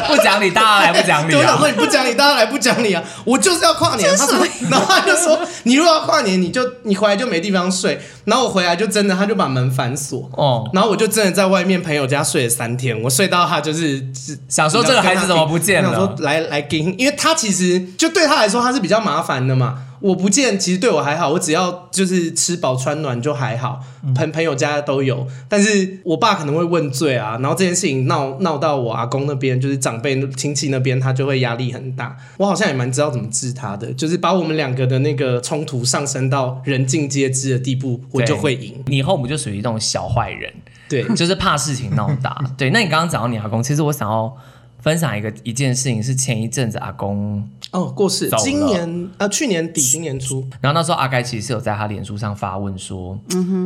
Speaker 1: 不讲理，大家来不讲理
Speaker 4: 对，我想
Speaker 1: 啊
Speaker 4: 说！你不讲理，大家来不讲理啊！我就是要跨年，他说，然后他就说，你如果要跨年，你就你回来就没地方睡。然后我回来就真的，他就把门反锁，
Speaker 1: 哦，
Speaker 4: 然后我就真的在外面朋友家睡了三天，我睡到他就是
Speaker 1: 想说这个孩子怎么不见
Speaker 4: 我想
Speaker 1: 了
Speaker 4: 说？来来给你，因为他其实就对他来说他是比较麻烦的嘛。我不见其实对我还好，我只要就是吃饱穿暖就还好，
Speaker 1: 嗯
Speaker 4: 朋朋友家都有。但是我爸可能会问罪啊，然后这件事情闹闹到我阿公那边，就是长辈亲戚那边，他就会压力很大。我好像也蛮知道怎么治他的，就是把我们两个的那个冲突上升到人尽皆知的地步，我就会赢。
Speaker 1: 你后母就属于这种小坏 人，
Speaker 4: 对，
Speaker 1: 就是怕事情闹大。对，那你刚刚讲到你阿公，其实我想要分享一个一件事情，是前一阵子阿公
Speaker 4: 哦，过世
Speaker 1: 走，了
Speaker 4: 今年呃去年底今年初，
Speaker 1: 然后那时候阿该其实是有在他脸书上发问说，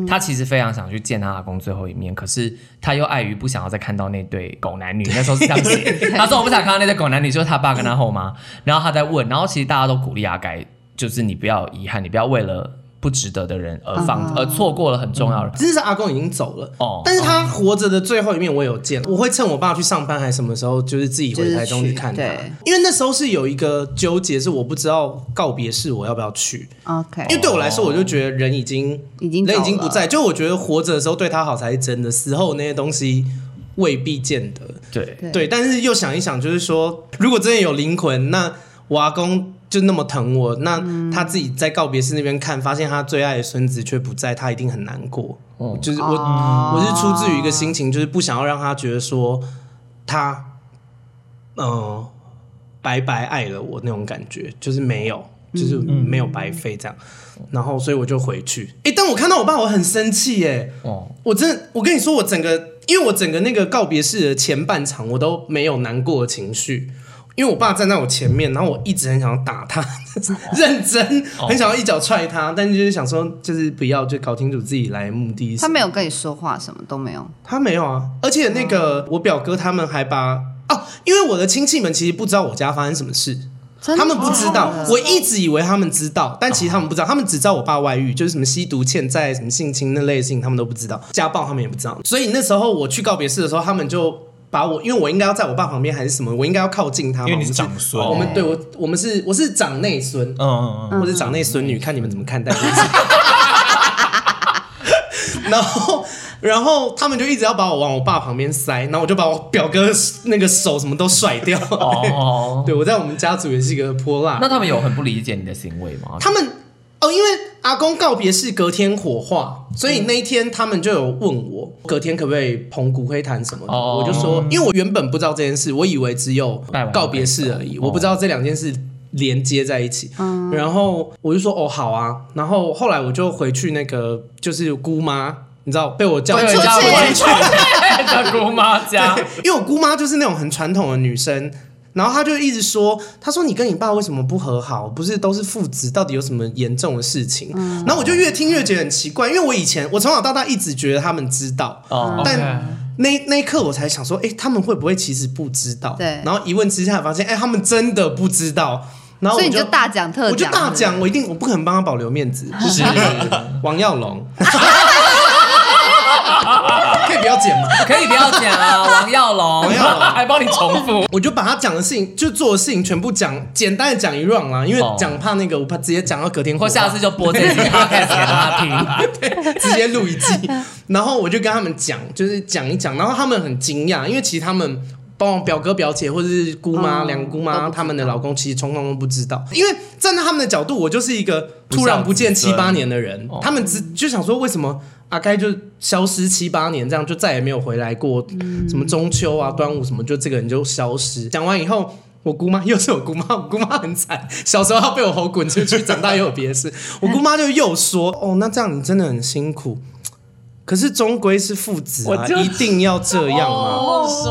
Speaker 1: 他其实非常想去见他阿公最后一面，可是他又碍于不想要再看到那对狗男女，那时候是这样写，他说我不想看到那对狗男女，就是他爸跟他后妈。然后他在问，然后其实大家都鼓励阿该，就是你不要有遗憾，你不要为了不值得的人而放、而错过了很重要的人。
Speaker 4: 只是阿公已经走了，
Speaker 1: 哦
Speaker 4: 但是他活着的最后一面我有见，我会趁我爸去上班还是什么时候，就是自己回台中去看他
Speaker 3: 就是去对，
Speaker 4: 因为那时候是有一个纠结，是我不知道告别式我要不要去，
Speaker 3: OK，
Speaker 4: 因为对我来说，我就觉得人已经
Speaker 3: 哦已经走
Speaker 4: 人已经不
Speaker 3: 了
Speaker 4: 在，就我觉得活着的时候对他好才是真的，死后那些东西未必见得，
Speaker 1: 对，
Speaker 3: 对
Speaker 4: 对，但是又想一想，就是说，如果真的有灵魂，那我阿公就那么疼我，那他自己在告别式那边看，发现他最爱的孙子却不在，他一定很难过。
Speaker 1: 哦
Speaker 4: 就是我，
Speaker 3: 哦
Speaker 4: 我是出自于一个心情，就是不想要让他觉得说他，嗯、白白爱了我那种感觉，就是没有。就是
Speaker 3: 嗯
Speaker 4: 没有白费这样，然后所以我就回去。诶，但我看到我爸，我很生气耶、
Speaker 1: 哦，
Speaker 4: 我真的，我跟你说，我整个，因为我整个那个告别式的前半场，我都没有难过的情绪，因为我爸站在我前面，然后我一直很想要打他， 认真，很想要一脚踹他，但是就是想说，就是不要，就搞清楚自己来的目的是什
Speaker 3: 他
Speaker 4: 么。
Speaker 3: 没有跟你说话，什么都没有。
Speaker 4: 他没有啊，而且那
Speaker 3: 哦
Speaker 4: 个我表哥他们还把哦，因为我的亲戚们其实不知道我家发生什么事，
Speaker 3: 真的
Speaker 4: 他们不知道，
Speaker 3: 哦
Speaker 4: 我一直以为他们知道，但其实他们不知道，他们只知道我爸外遇，就是什么吸毒、欠债、什么性侵那类的事情，他们都不知道，家暴他们也不知道。所以那时候我去告别式的时候，他们就把我，因为我应该要在我爸旁边还是什么，我应该要靠近他嘛，
Speaker 2: 因为你是
Speaker 4: 我们
Speaker 2: 长孙
Speaker 4: 我们对我我们是我是长内孙，
Speaker 2: 嗯嗯嗯，
Speaker 4: 我是长内孙女，看你们怎么看待这件事。 然后然后他们就一直要把我往我爸旁边塞，然后我就把我表哥的那个手什么都甩掉。
Speaker 1: 哦，
Speaker 4: 对我在我们家族也是一个泼辣
Speaker 1: 那，他们有很不理解你的行为吗？
Speaker 4: 他们哦，因为阿公告别式隔天火化，
Speaker 1: 嗯
Speaker 4: 所以那一天他们就有问我，隔天可不可以捧骨灰坛什么的。
Speaker 1: 哦
Speaker 4: 我就说，因为我原本不知道这件事，我以为只有
Speaker 1: 拜完哦
Speaker 4: 告别式而已，
Speaker 1: 拜
Speaker 4: 我不知道这两件事。连接在一起，然后我就说哦好啊，然后后来我就回去那个就是姑妈，你知道被我叫
Speaker 1: 对
Speaker 3: 滚出
Speaker 1: 家
Speaker 3: 去
Speaker 1: 我去叫姑妈 家，
Speaker 4: 因为我姑妈就是那种很传统的女生，然后她就一直说，她说你跟你爸为什么不和好？不是都是父子，到底有什么严重的事情？
Speaker 3: 嗯
Speaker 4: 然后我就越听越觉得很奇怪，因为我以前我从小到大一直觉得他们知道。
Speaker 1: 哦，
Speaker 4: 但
Speaker 1: OK
Speaker 4: 那那一刻我才想说，哎、他们会不会其实不知道？
Speaker 3: 对
Speaker 4: 然后一问之下发现，哎、他们真的不知道。然后
Speaker 3: 所
Speaker 4: 我
Speaker 3: 以你就大讲特
Speaker 4: 我就
Speaker 3: 讲，
Speaker 4: 大讲，我一定我不可能帮他保留面 子，就是王耀龙， 可以不要剪吗？
Speaker 1: 可以不要讲啊，王耀龙，
Speaker 4: 王耀龙
Speaker 1: 还帮你重复，
Speaker 4: 我就把他讲的事情，就做的事情全部讲，简单的讲一 round 啦，因为
Speaker 1: 哦
Speaker 4: 讲怕那个，我怕直接讲到隔天火
Speaker 1: 或
Speaker 4: 化，
Speaker 1: 下次就播这集 podcast 给他听。
Speaker 4: 直接录一季。然后我就跟他们讲，就是讲一讲，然后他们很惊讶，因为其实他们。包括表哥、表姐或者是姑妈、
Speaker 3: 嗯
Speaker 4: 两、姑
Speaker 3: 都
Speaker 4: 妈，
Speaker 3: 不知道
Speaker 4: 他们的老公其实通通都不知道，因为站在他们的角度，我就是一个突然不见
Speaker 2: 不孝子
Speaker 4: 七
Speaker 2: 孙
Speaker 4: 八年的人，他们只就想说为什么阿该就消失七八年，这样就再也没有回来过，什么中秋啊、端午什么，就这个人就消失。讲完以后，我姑妈又是我姑妈，我姑妈很惨，小时候要被我吼滚出去，长大又有别的事。我姑妈就又说：“哦，那这样你真的很辛苦，可是终归是父子啊，
Speaker 1: 我就
Speaker 4: 一定要这样啊。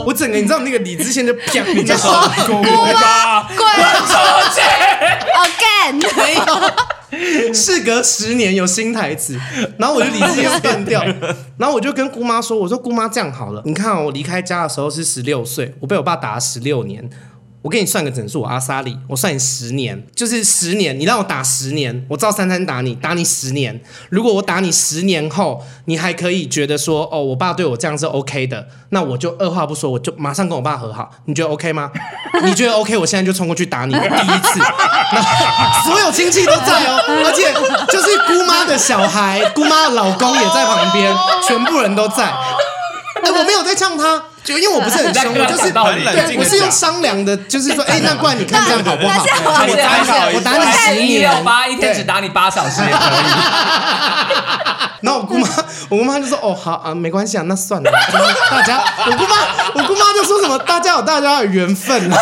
Speaker 4: 我整个你知道那个理智线就啪，你就
Speaker 3: 说
Speaker 2: 姑妈，
Speaker 3: 滚出去！Again，
Speaker 4: 没有。事隔十年有新台词，然后我就理智又断掉，然后我就跟姑妈说：“我说姑妈，这样好了，你看、哦、我离开家的时候是十六岁，我被我爸打了十六年。我给你算个整数，我啊阿萨里，我算你十年，就是十年，你让我打十年，我照三三打你，打你十年。如果我打你十年后，你还可以觉得说，哦，我爸对我这样是 OK 的，那我就二话不说，我就马上跟我爸和好。你觉得 OK 吗？你觉得 OK，我现在就冲过去打你第一次。所有亲戚都在哦，而且就是姑妈的小孩、姑妈的老公也在旁边，全部人都在。哎、我没有在呛他，就因为我不 是很凶，我就是
Speaker 1: 道理
Speaker 2: 很。冷
Speaker 4: 对，
Speaker 2: 静
Speaker 4: 我
Speaker 2: 的
Speaker 4: 是用
Speaker 2: 讲。
Speaker 4: 商量的，就是说，哎、那不然你看这样好不好
Speaker 3: 那？这样好
Speaker 2: 我打你
Speaker 4: 我打你十
Speaker 1: 一
Speaker 4: 年
Speaker 1: 六八一天只打你八小时也可以。
Speaker 4: 然后我姑妈，我姑妈就说：“哦，好啊，没关系啊，那算了，就是大家，我姑妈，我姑妈就说什么，大家有大家的缘分啊。”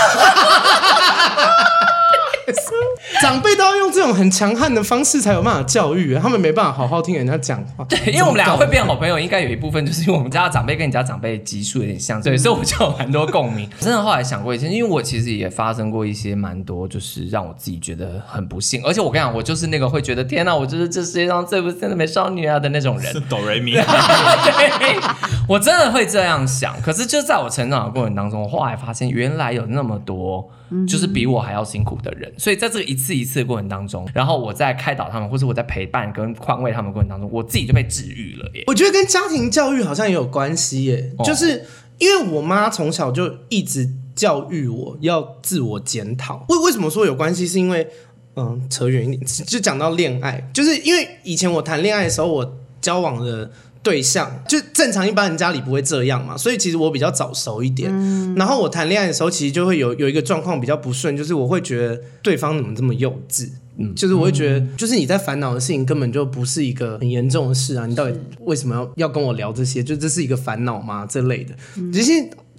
Speaker 4: 长辈都要用这种很强悍的方式才有办法教育，他们没办法好好听人家讲话。
Speaker 1: 对，因为我们两个会变好朋友，应该有一部分就是因为我们家的长辈跟你家长辈的基数有点像，对，所以 我就有蛮多共鸣。真的后来想过以前，因为我其实也发生过一些蛮多，就是让我自己觉得很不幸，而且我跟你讲，我就是那个会觉得天哪、我就是这世界上最不幸的美少女啊的那种人
Speaker 2: 是。哆瑞咪，
Speaker 1: 对，我真的会这样想。可是就在我成长的过程当中，我后来发现原来有那么多就是比我还要辛苦的人。所以在这个一次一次的过程当中，然后我在开导他们，或者我在陪伴跟宽慰他们的过程当中，我自己就被治愈了耶。
Speaker 4: 我觉得跟家庭教育好像也有关系耶，
Speaker 1: 哦
Speaker 4: 就是因为我妈从小就一直教育我要自我检讨。为为什么说有关系？是因为嗯，扯远一点，就讲到恋爱，就是因为以前我谈恋爱的时候，我交往的对象就正常一般人家里不会这样嘛，所以其实我比较早熟一点。然后我谈恋爱的时候，其实就会有有一个状况比较不顺，就是我会觉得对方怎么这么幼稚。就是我会觉得，就是你在烦恼的事情根本就不是一个很严重的事啊！你到底为什么要要跟我聊这些？就这是一个烦恼吗？这类的，只是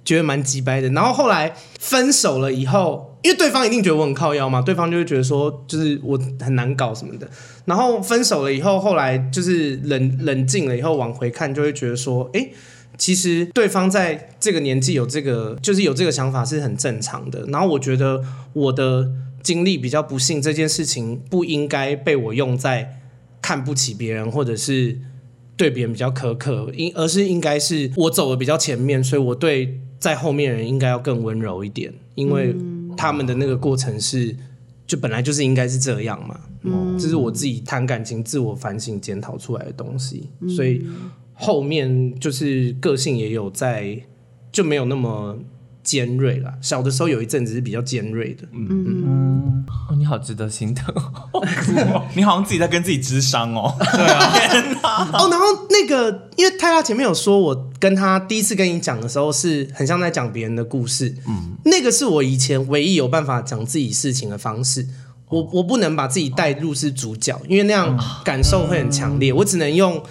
Speaker 4: 觉得蛮鸡掰的。然后后来分手了以后，因为对方一定觉得我很靠腰嘛，对方就会觉得说，就是我很难搞什么的。然后分手了以后，后来就是冷冷静了以后，往回看就会觉得说，哎、其实对方在这个年纪有这个，就是有这个想法是很正常的。然后我觉得我的经历比较不幸，这件事情不应该被我用在看不起别人，或者是对别人比较苛刻，应而是应该是我走的比较前面，所以我对在后面的人应该要更温柔一点，因为他们的那个过程是。就本来就是应该是这样嘛，嗯，这是我自己谈感情、自我反省、检讨出来的东西，所以后面就是个性也有在，就没有那么尖锐啦。小的时候有一阵子是比较尖锐的，
Speaker 1: 哦，你好值得心疼哦。
Speaker 2: 你好像自己在跟自己智商哦。对啊，
Speaker 4: 哦，然后那个，因为泰拉前面有说，我跟他第一次跟你讲的时候，是很像在讲别人的故事。嗯，那个是我以前唯一有办法讲自己事情的方式。我我不能把自己带入是主角，因为那样感受会很强
Speaker 1: 嗯
Speaker 4: 烈。我只能用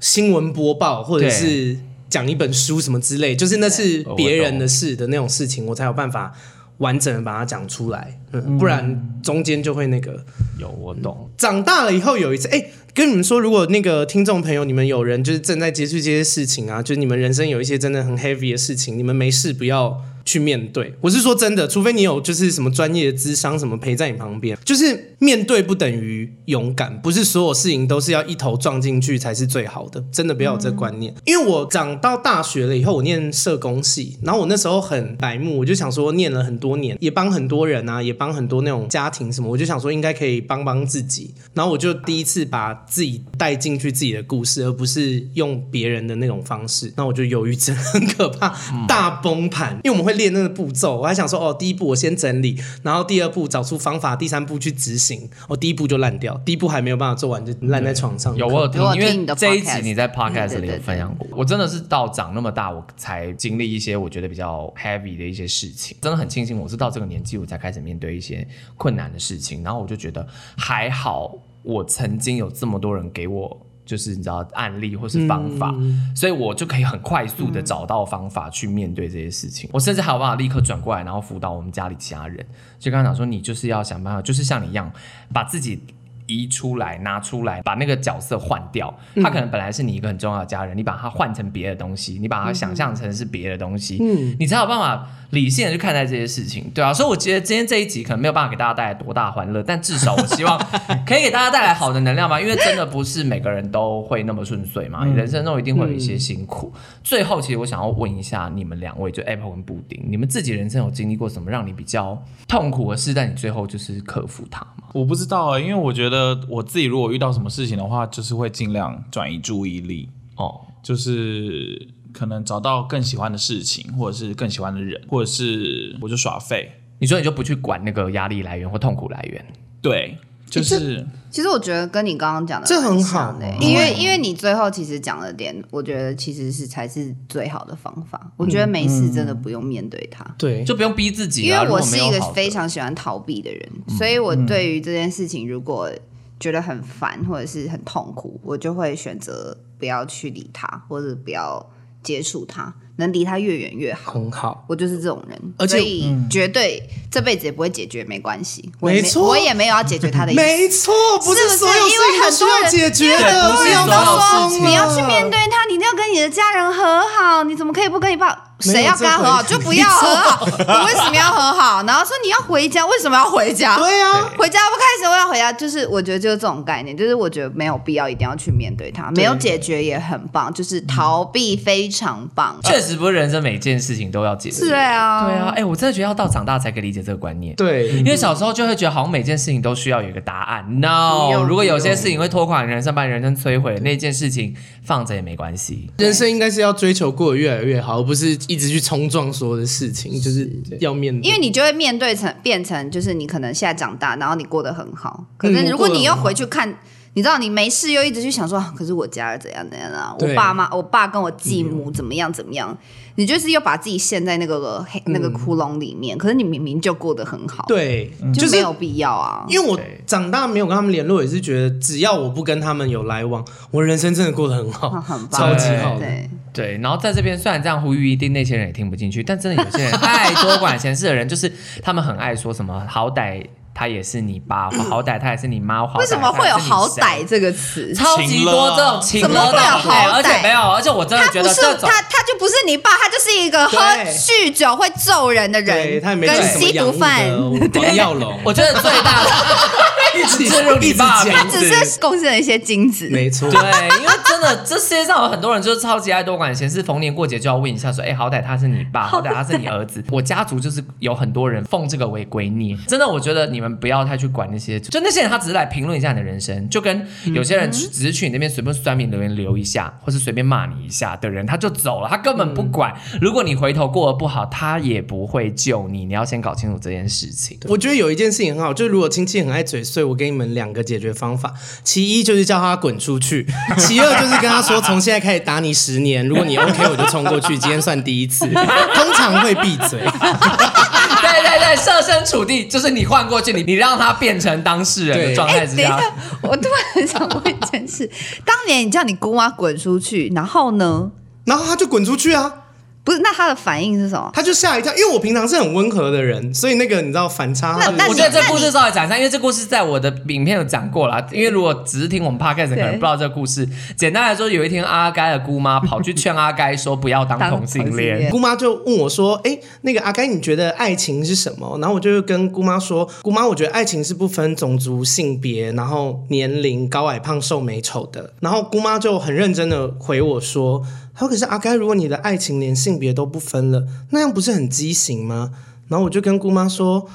Speaker 4: 新闻播报或者
Speaker 1: 对
Speaker 4: 是讲一本书什么之类，就是那是
Speaker 1: 哦我
Speaker 4: 别人
Speaker 1: 懂
Speaker 4: 的事的那种事情，我才有办法完整的把它讲出来。嗯，不然中间就会那个。
Speaker 1: 有，我懂。
Speaker 4: 长大了以后有一次，哎、跟你们说，如果那个听众朋友，你们有人就是正在接触这些事情啊，就是你们人生有一些真的很 heavy 的事情，你们没事不要去面对。我是说真的，除非你有就是什么专业的智商什么陪在你旁边，就是面对不等于勇敢，不是所有事情都是要一头撞进去才是最好的，真的不要有这观念。因为我长到大学了以后，我念社工系，然后我那时候很白目，我就想说念了很多年，也帮很多人啊，也帮很多那种家庭什么，我就想说应该可以帮帮自己。然后我就第一次把自己带进去自己的故事，而不是用别人的那种方式。那我就忧郁症很可怕，大崩盘。因为我们会练那个步骤，我还想说哦，第一步我先整理，然后第二步找出方法，第三步去执行。哦，第一步就烂掉，第一步还没有办法做完就烂在床上。
Speaker 1: 有我有听
Speaker 3: 我有，
Speaker 1: 因
Speaker 3: 听你
Speaker 1: 为
Speaker 3: 的
Speaker 1: 这一集
Speaker 3: podcast
Speaker 1: 你在
Speaker 3: 嗯对
Speaker 1: podcast 里
Speaker 3: 对
Speaker 1: 有分享过。我真的是到长那么大，我才经历一些我觉得比较 heavy 的一些事情。真的很庆幸，我是到这个年纪，我才开始面对一些困难的事情。然后我就觉得还好，我曾经有这么多人给我。就是你知道案例或是方法，所以我就可以很快速的找到方法去面对这些事情。我甚至还有办法立刻转过来，然后辅导我们家里其他人。就刚刚讲说，你就是要想办法，就是像你一样，把自己移出来、拿出来，把那个角色换掉。他可能本来是你一个很重要的家人，你把它换成别的东西，你把它想象成是别的东西，你才有办法理性的去看待这些事情，对啊。所以我觉得今天这一集可能没有办法给大家带来多大欢乐，但至少我希望可以给大家带来好的能量吧，因为真的不是每个人都会那么顺遂嘛，人生中一定会有一些辛苦。最后，其实我想要问一下你们两位，就 Apple 跟布丁，你们自己人生有经历过什么让你比较痛苦的事，但你最后就是克服它吗？
Speaker 2: 我不知道啊、因为我觉得我自己如果遇到什么事情的话，就是会尽量转移注意力，
Speaker 1: 哦。
Speaker 2: 就是可能找到更喜欢的事情，或者是更喜欢的人，或者是我就耍废。
Speaker 1: 你说你就不去管那个压力来源或痛苦来源，
Speaker 2: 对，就是
Speaker 3: 其实我觉得跟你刚刚讲的
Speaker 4: 这很
Speaker 3: 蛮像
Speaker 4: 好
Speaker 3: 的
Speaker 4: 啊
Speaker 3: 因为因为你最后其实讲了点，我觉得其实是才是最好的方
Speaker 4: 嗯
Speaker 3: 法。我觉得没事真的不用面对它，
Speaker 4: 对，
Speaker 1: 就不用逼自己
Speaker 3: 因
Speaker 1: 啊、
Speaker 3: 为
Speaker 1: 如
Speaker 3: 我
Speaker 1: 果
Speaker 3: 是
Speaker 1: 没有
Speaker 3: 一个
Speaker 1: 好的
Speaker 3: 非常喜欢逃避的人，所以我对于这件事情如果觉得很烦或者是很痛苦，我就会选择不要去理它，或者不要接触它，能离它越远越好。
Speaker 4: 很好。
Speaker 3: 我就是这种人，
Speaker 4: 而且
Speaker 3: 所
Speaker 4: 嗯
Speaker 3: 以绝对这辈子也不会解决，没关系，我
Speaker 4: 没
Speaker 3: 也
Speaker 4: 错
Speaker 3: 我也没有要解决他的 意思。
Speaker 4: 没错，不
Speaker 3: 是不
Speaker 4: 所
Speaker 3: 是
Speaker 4: 有
Speaker 3: 因
Speaker 4: 事
Speaker 3: 为
Speaker 4: 情都
Speaker 3: 很
Speaker 4: 需
Speaker 3: 多
Speaker 4: 要
Speaker 3: 人
Speaker 4: 解决
Speaker 1: 对
Speaker 4: 的，
Speaker 1: 不是
Speaker 4: 要
Speaker 1: 所有
Speaker 4: 放
Speaker 1: 事
Speaker 4: 松
Speaker 1: 情
Speaker 3: 你要去面对他，你一定要跟你的家人和好。你怎么可以不跟你爸？
Speaker 4: 没有
Speaker 3: 谁要跟他和好
Speaker 4: 这
Speaker 3: 就
Speaker 4: 回
Speaker 3: 不要和好。 我为什么要和好？然后说你要回家，为什么要回 家？
Speaker 4: 对啊，
Speaker 3: 回家不开心，我要回家。就是我觉得就是这种概念，就是我觉得没有必要一定要去面对它，没有解决也很棒，就是逃避非常棒。
Speaker 1: 呃
Speaker 4: 嗯
Speaker 1: 确实不是人生每件事情都要解决。
Speaker 3: 是啊，
Speaker 1: 对啊，哎、我真的觉得要到长大才可以理解这个观念。
Speaker 4: 对
Speaker 1: 因为小时候就会觉得好像每件事情都需要有一个答案。No，
Speaker 3: 不用
Speaker 1: 如果有些事情会拖垮你人生，把你人生摧毁，那件事情放着也没关系。
Speaker 4: 人生应该是要追求过得越来越好，而不是一直去冲撞所有的事情，就是要面对。
Speaker 3: 因为你就会面对成变成，就是你可能现在长大，然后你过得很好，可是
Speaker 4: 嗯
Speaker 3: 如果
Speaker 4: 我过得
Speaker 3: 你又
Speaker 4: 很好
Speaker 3: 回去看，你知道你没事又一直去想说，啊可是我家人怎样怎样啊，我
Speaker 4: 对
Speaker 3: 爸妈，我爸跟我继母怎么样怎么样，你就是又把自己陷在那个黑那个窟窿里面，可是你明明就过得很好，，
Speaker 4: 嗯对，就
Speaker 3: 就是没有必要啊。
Speaker 4: 因为我长大没有跟他们联络，也是觉得只要我不跟他们有来往，我人生真的过得很好，
Speaker 3: 很很棒
Speaker 4: 超级好的。
Speaker 3: 对，
Speaker 1: 对，然后在这边虽然这样呼吁，一定那些人也听不进去，但真的有些 人爱多管闲事的人，就是他们很爱说什么，好歹他也是你爸，或好歹他也是你妈，好歹
Speaker 3: 为什么
Speaker 1: 他
Speaker 3: 会
Speaker 1: 也
Speaker 3: 有
Speaker 1: 是你
Speaker 3: 好
Speaker 1: 谁
Speaker 3: 歹这个词？
Speaker 1: 超级多这种情
Speaker 3: 怎么
Speaker 1: 勒
Speaker 3: 会有
Speaker 1: 到
Speaker 3: 好
Speaker 1: 对，而且
Speaker 3: 歹
Speaker 1: 没有，而且我真的
Speaker 3: 他
Speaker 1: 觉
Speaker 3: 不
Speaker 1: 得
Speaker 3: 是
Speaker 1: 这种
Speaker 3: 他，他就不是你爸，他就是一个喝
Speaker 4: 对
Speaker 3: 酗酒会揍人的
Speaker 4: 对
Speaker 3: 人，
Speaker 4: 他也没
Speaker 3: 跟
Speaker 4: 什么
Speaker 3: 吸
Speaker 4: 养
Speaker 3: 毒
Speaker 4: 物
Speaker 3: 犯。
Speaker 4: 的王耀龙，
Speaker 1: 我觉得最大的
Speaker 4: 一直
Speaker 1: 置入你爸的
Speaker 4: 一直
Speaker 1: 名
Speaker 4: 讲
Speaker 1: 字
Speaker 3: 只是贡献了一些精子。
Speaker 4: 没 错，
Speaker 1: 对，因为真的这世界上有很多人就是超级爱多管闲事，逢年过节就要问一下说，哎、好歹他是你爸，好歹他是你儿子。我家族就是有很多人奉这个为圭臬，真的，我觉得你们们不要太去管那些，就那些人他只是来评论一下你的人生，就跟有些人只只是去你那边随便酸民留言留一下，或是随便骂你一下的人，他就走了，他根本不管。如果你回头过得不好，他也不会救你。你要先搞清楚这件事情。
Speaker 4: 我觉得有一件事情很好，就是如果亲戚很爱嘴碎，我给你们两个解决方法：其一就是叫他滚出去， 其二就是跟他说从现在开始打你十年，如果你 OK 我就冲过去，今天算第一次， 通常会闭嘴。
Speaker 1: 对对对，设身处地，就是你换过去，你你让他变成当事人的
Speaker 4: 对
Speaker 1: 状态之
Speaker 3: 哎等一
Speaker 1: 下
Speaker 3: 下。，我突然很想问一件事：当年你叫你姑妈滚出去，然后呢？
Speaker 4: 然后他就滚出去啊。
Speaker 3: 不是，那她的反应是什么？
Speaker 4: 他就吓一跳，因为我平常是很温和的人，所以那个你知道反差
Speaker 3: 那
Speaker 4: 很
Speaker 3: 那
Speaker 1: 我
Speaker 3: 你
Speaker 1: 觉得这故事稍微讲一下，因为这故事在我的影片有讲过啦。因为如果只是听我们 podcast，可能不知道这个故事。简单来说，有一天阿该的姑妈跑去劝阿该说不要当
Speaker 3: 当
Speaker 1: 同性
Speaker 3: 同性
Speaker 1: 恋
Speaker 3: 恋，
Speaker 4: 姑妈就问我说：“哎、那个阿该，你觉得爱情是什么？”然后我就跟姑妈说：“姑妈，我觉得爱情是不分种族、性别，然后年龄、高矮胖瘦、美丑的。”然后姑妈就很认真的回我说：“她说可是阿该，如果你的爱情连性别都不分了，那样不是很畸形吗？”然后我就跟姑妈说：“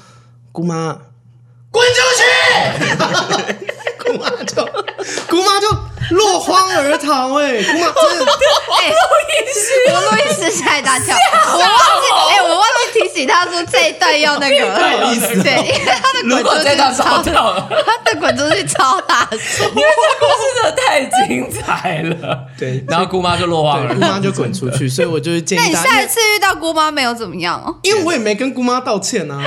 Speaker 4: 姑妈，
Speaker 1: 滚出
Speaker 4: 姑妈就姑妈就落荒而逃、哎，姑妈真的。”
Speaker 3: 哎，我路易斯吓一大跳，我忘记，哎，我忘记提醒他说这一段要那个，
Speaker 4: 太有意思了
Speaker 3: 对，因为他的
Speaker 1: 去！如
Speaker 3: 滚
Speaker 1: 果
Speaker 3: 出
Speaker 1: 这
Speaker 3: 去
Speaker 1: 段
Speaker 3: 超
Speaker 1: 烧，掉了，
Speaker 3: 他的滚出去超大声，
Speaker 1: 因为这故事真的太精彩了。
Speaker 4: 对
Speaker 1: 然后姑妈就落荒
Speaker 4: 对，
Speaker 1: 而
Speaker 4: 姑
Speaker 1: 逃。
Speaker 4: 妈就滚出 去，所以我就是建
Speaker 3: 那
Speaker 4: 议
Speaker 3: 你
Speaker 4: 大
Speaker 3: 下
Speaker 4: 家
Speaker 3: 一，次遇到姑妈没有怎么样哦？
Speaker 4: 因为因为我也没跟姑妈道 歉啊，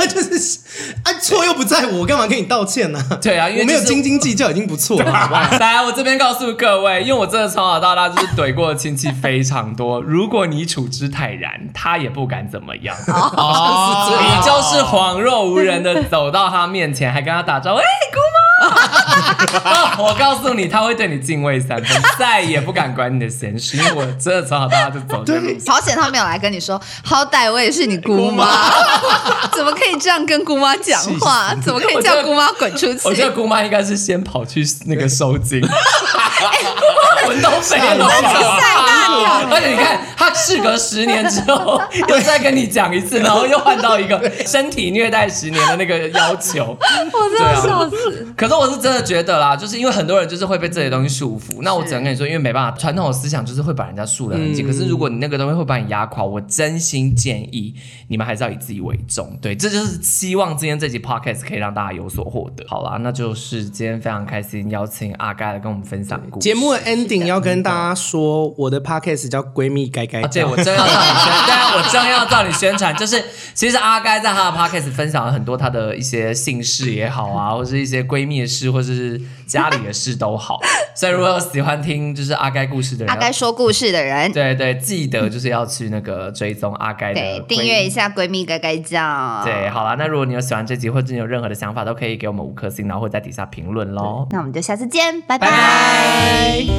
Speaker 4: 但是就是啊错又不在我，我干嘛跟你道歉呢、
Speaker 1: 对啊因为
Speaker 4: 我没有
Speaker 1: 就是啊
Speaker 4: 斤斤计较已经不错了，好不好？
Speaker 1: 来，我这边告诉各位，因为我真的从小到大就是怼过的亲戚非常多。如果你处之泰然，他也不敢怎么 样。
Speaker 2: 哦
Speaker 1: 你就是恍若无人的走到他面前，还跟他打招呼，哎、姑妈。 哦我告诉你，他会对你敬畏三分，再也不敢管你的闲事，因为我真的从小到大就走这路线。
Speaker 3: 好险他没有来跟你说，好歹我也是你姑妈， 怎么可以这样跟姑妈讲话？怎么可以叫姑妈滚出去？
Speaker 1: 我觉得姑妈应该是先跑去那个收 金，哎魂都飞了，
Speaker 3: 吓大跳
Speaker 1: 而且你看，她事隔十年之后又再跟你讲一次，然后又换到一个身体虐待十年的那个要求。
Speaker 3: 我
Speaker 1: 啊
Speaker 3: 真的笑死。
Speaker 1: 可是我是真的觉得啦，就是因为很多人就是会被这些东西束缚。那我只能跟你说，因为没办法，传统的思想就是会把人家束得很紧。可是如果你那个东西会把你压垮，我真心建议你们还是要以自己为重。对，这就是希望今天这集 podcast 可以让大家有所获得。好啦，那就是今天非常开心邀请阿盖来跟我们分享故事。
Speaker 4: 节目的 ending 要跟大家说，我的 podcast 叫《闺蜜该该
Speaker 1: 啊，》，对，我
Speaker 4: 真
Speaker 1: 正要让你宣， 对啊，我正要让你宣传，就是其实阿该在他的 podcast 分享了很多他的一些姓氏也好啊，或是一些闺蜜的事，或是家里的事都好。所以如果有喜欢听就是阿该故事的人，
Speaker 3: 阿该说故事的人，
Speaker 1: 对对，记得就是要去那个追踪阿该的
Speaker 3: 对
Speaker 1: 闺，蜜
Speaker 3: 订阅一。下闺蜜该该叫。
Speaker 1: 对，，好啦，那如果你有喜欢这集，或者你有任何的想法，都可以给我们五颗星，然后会在底下评论喽。
Speaker 3: 那我们就下次见，拜
Speaker 1: 拜拜
Speaker 3: 拜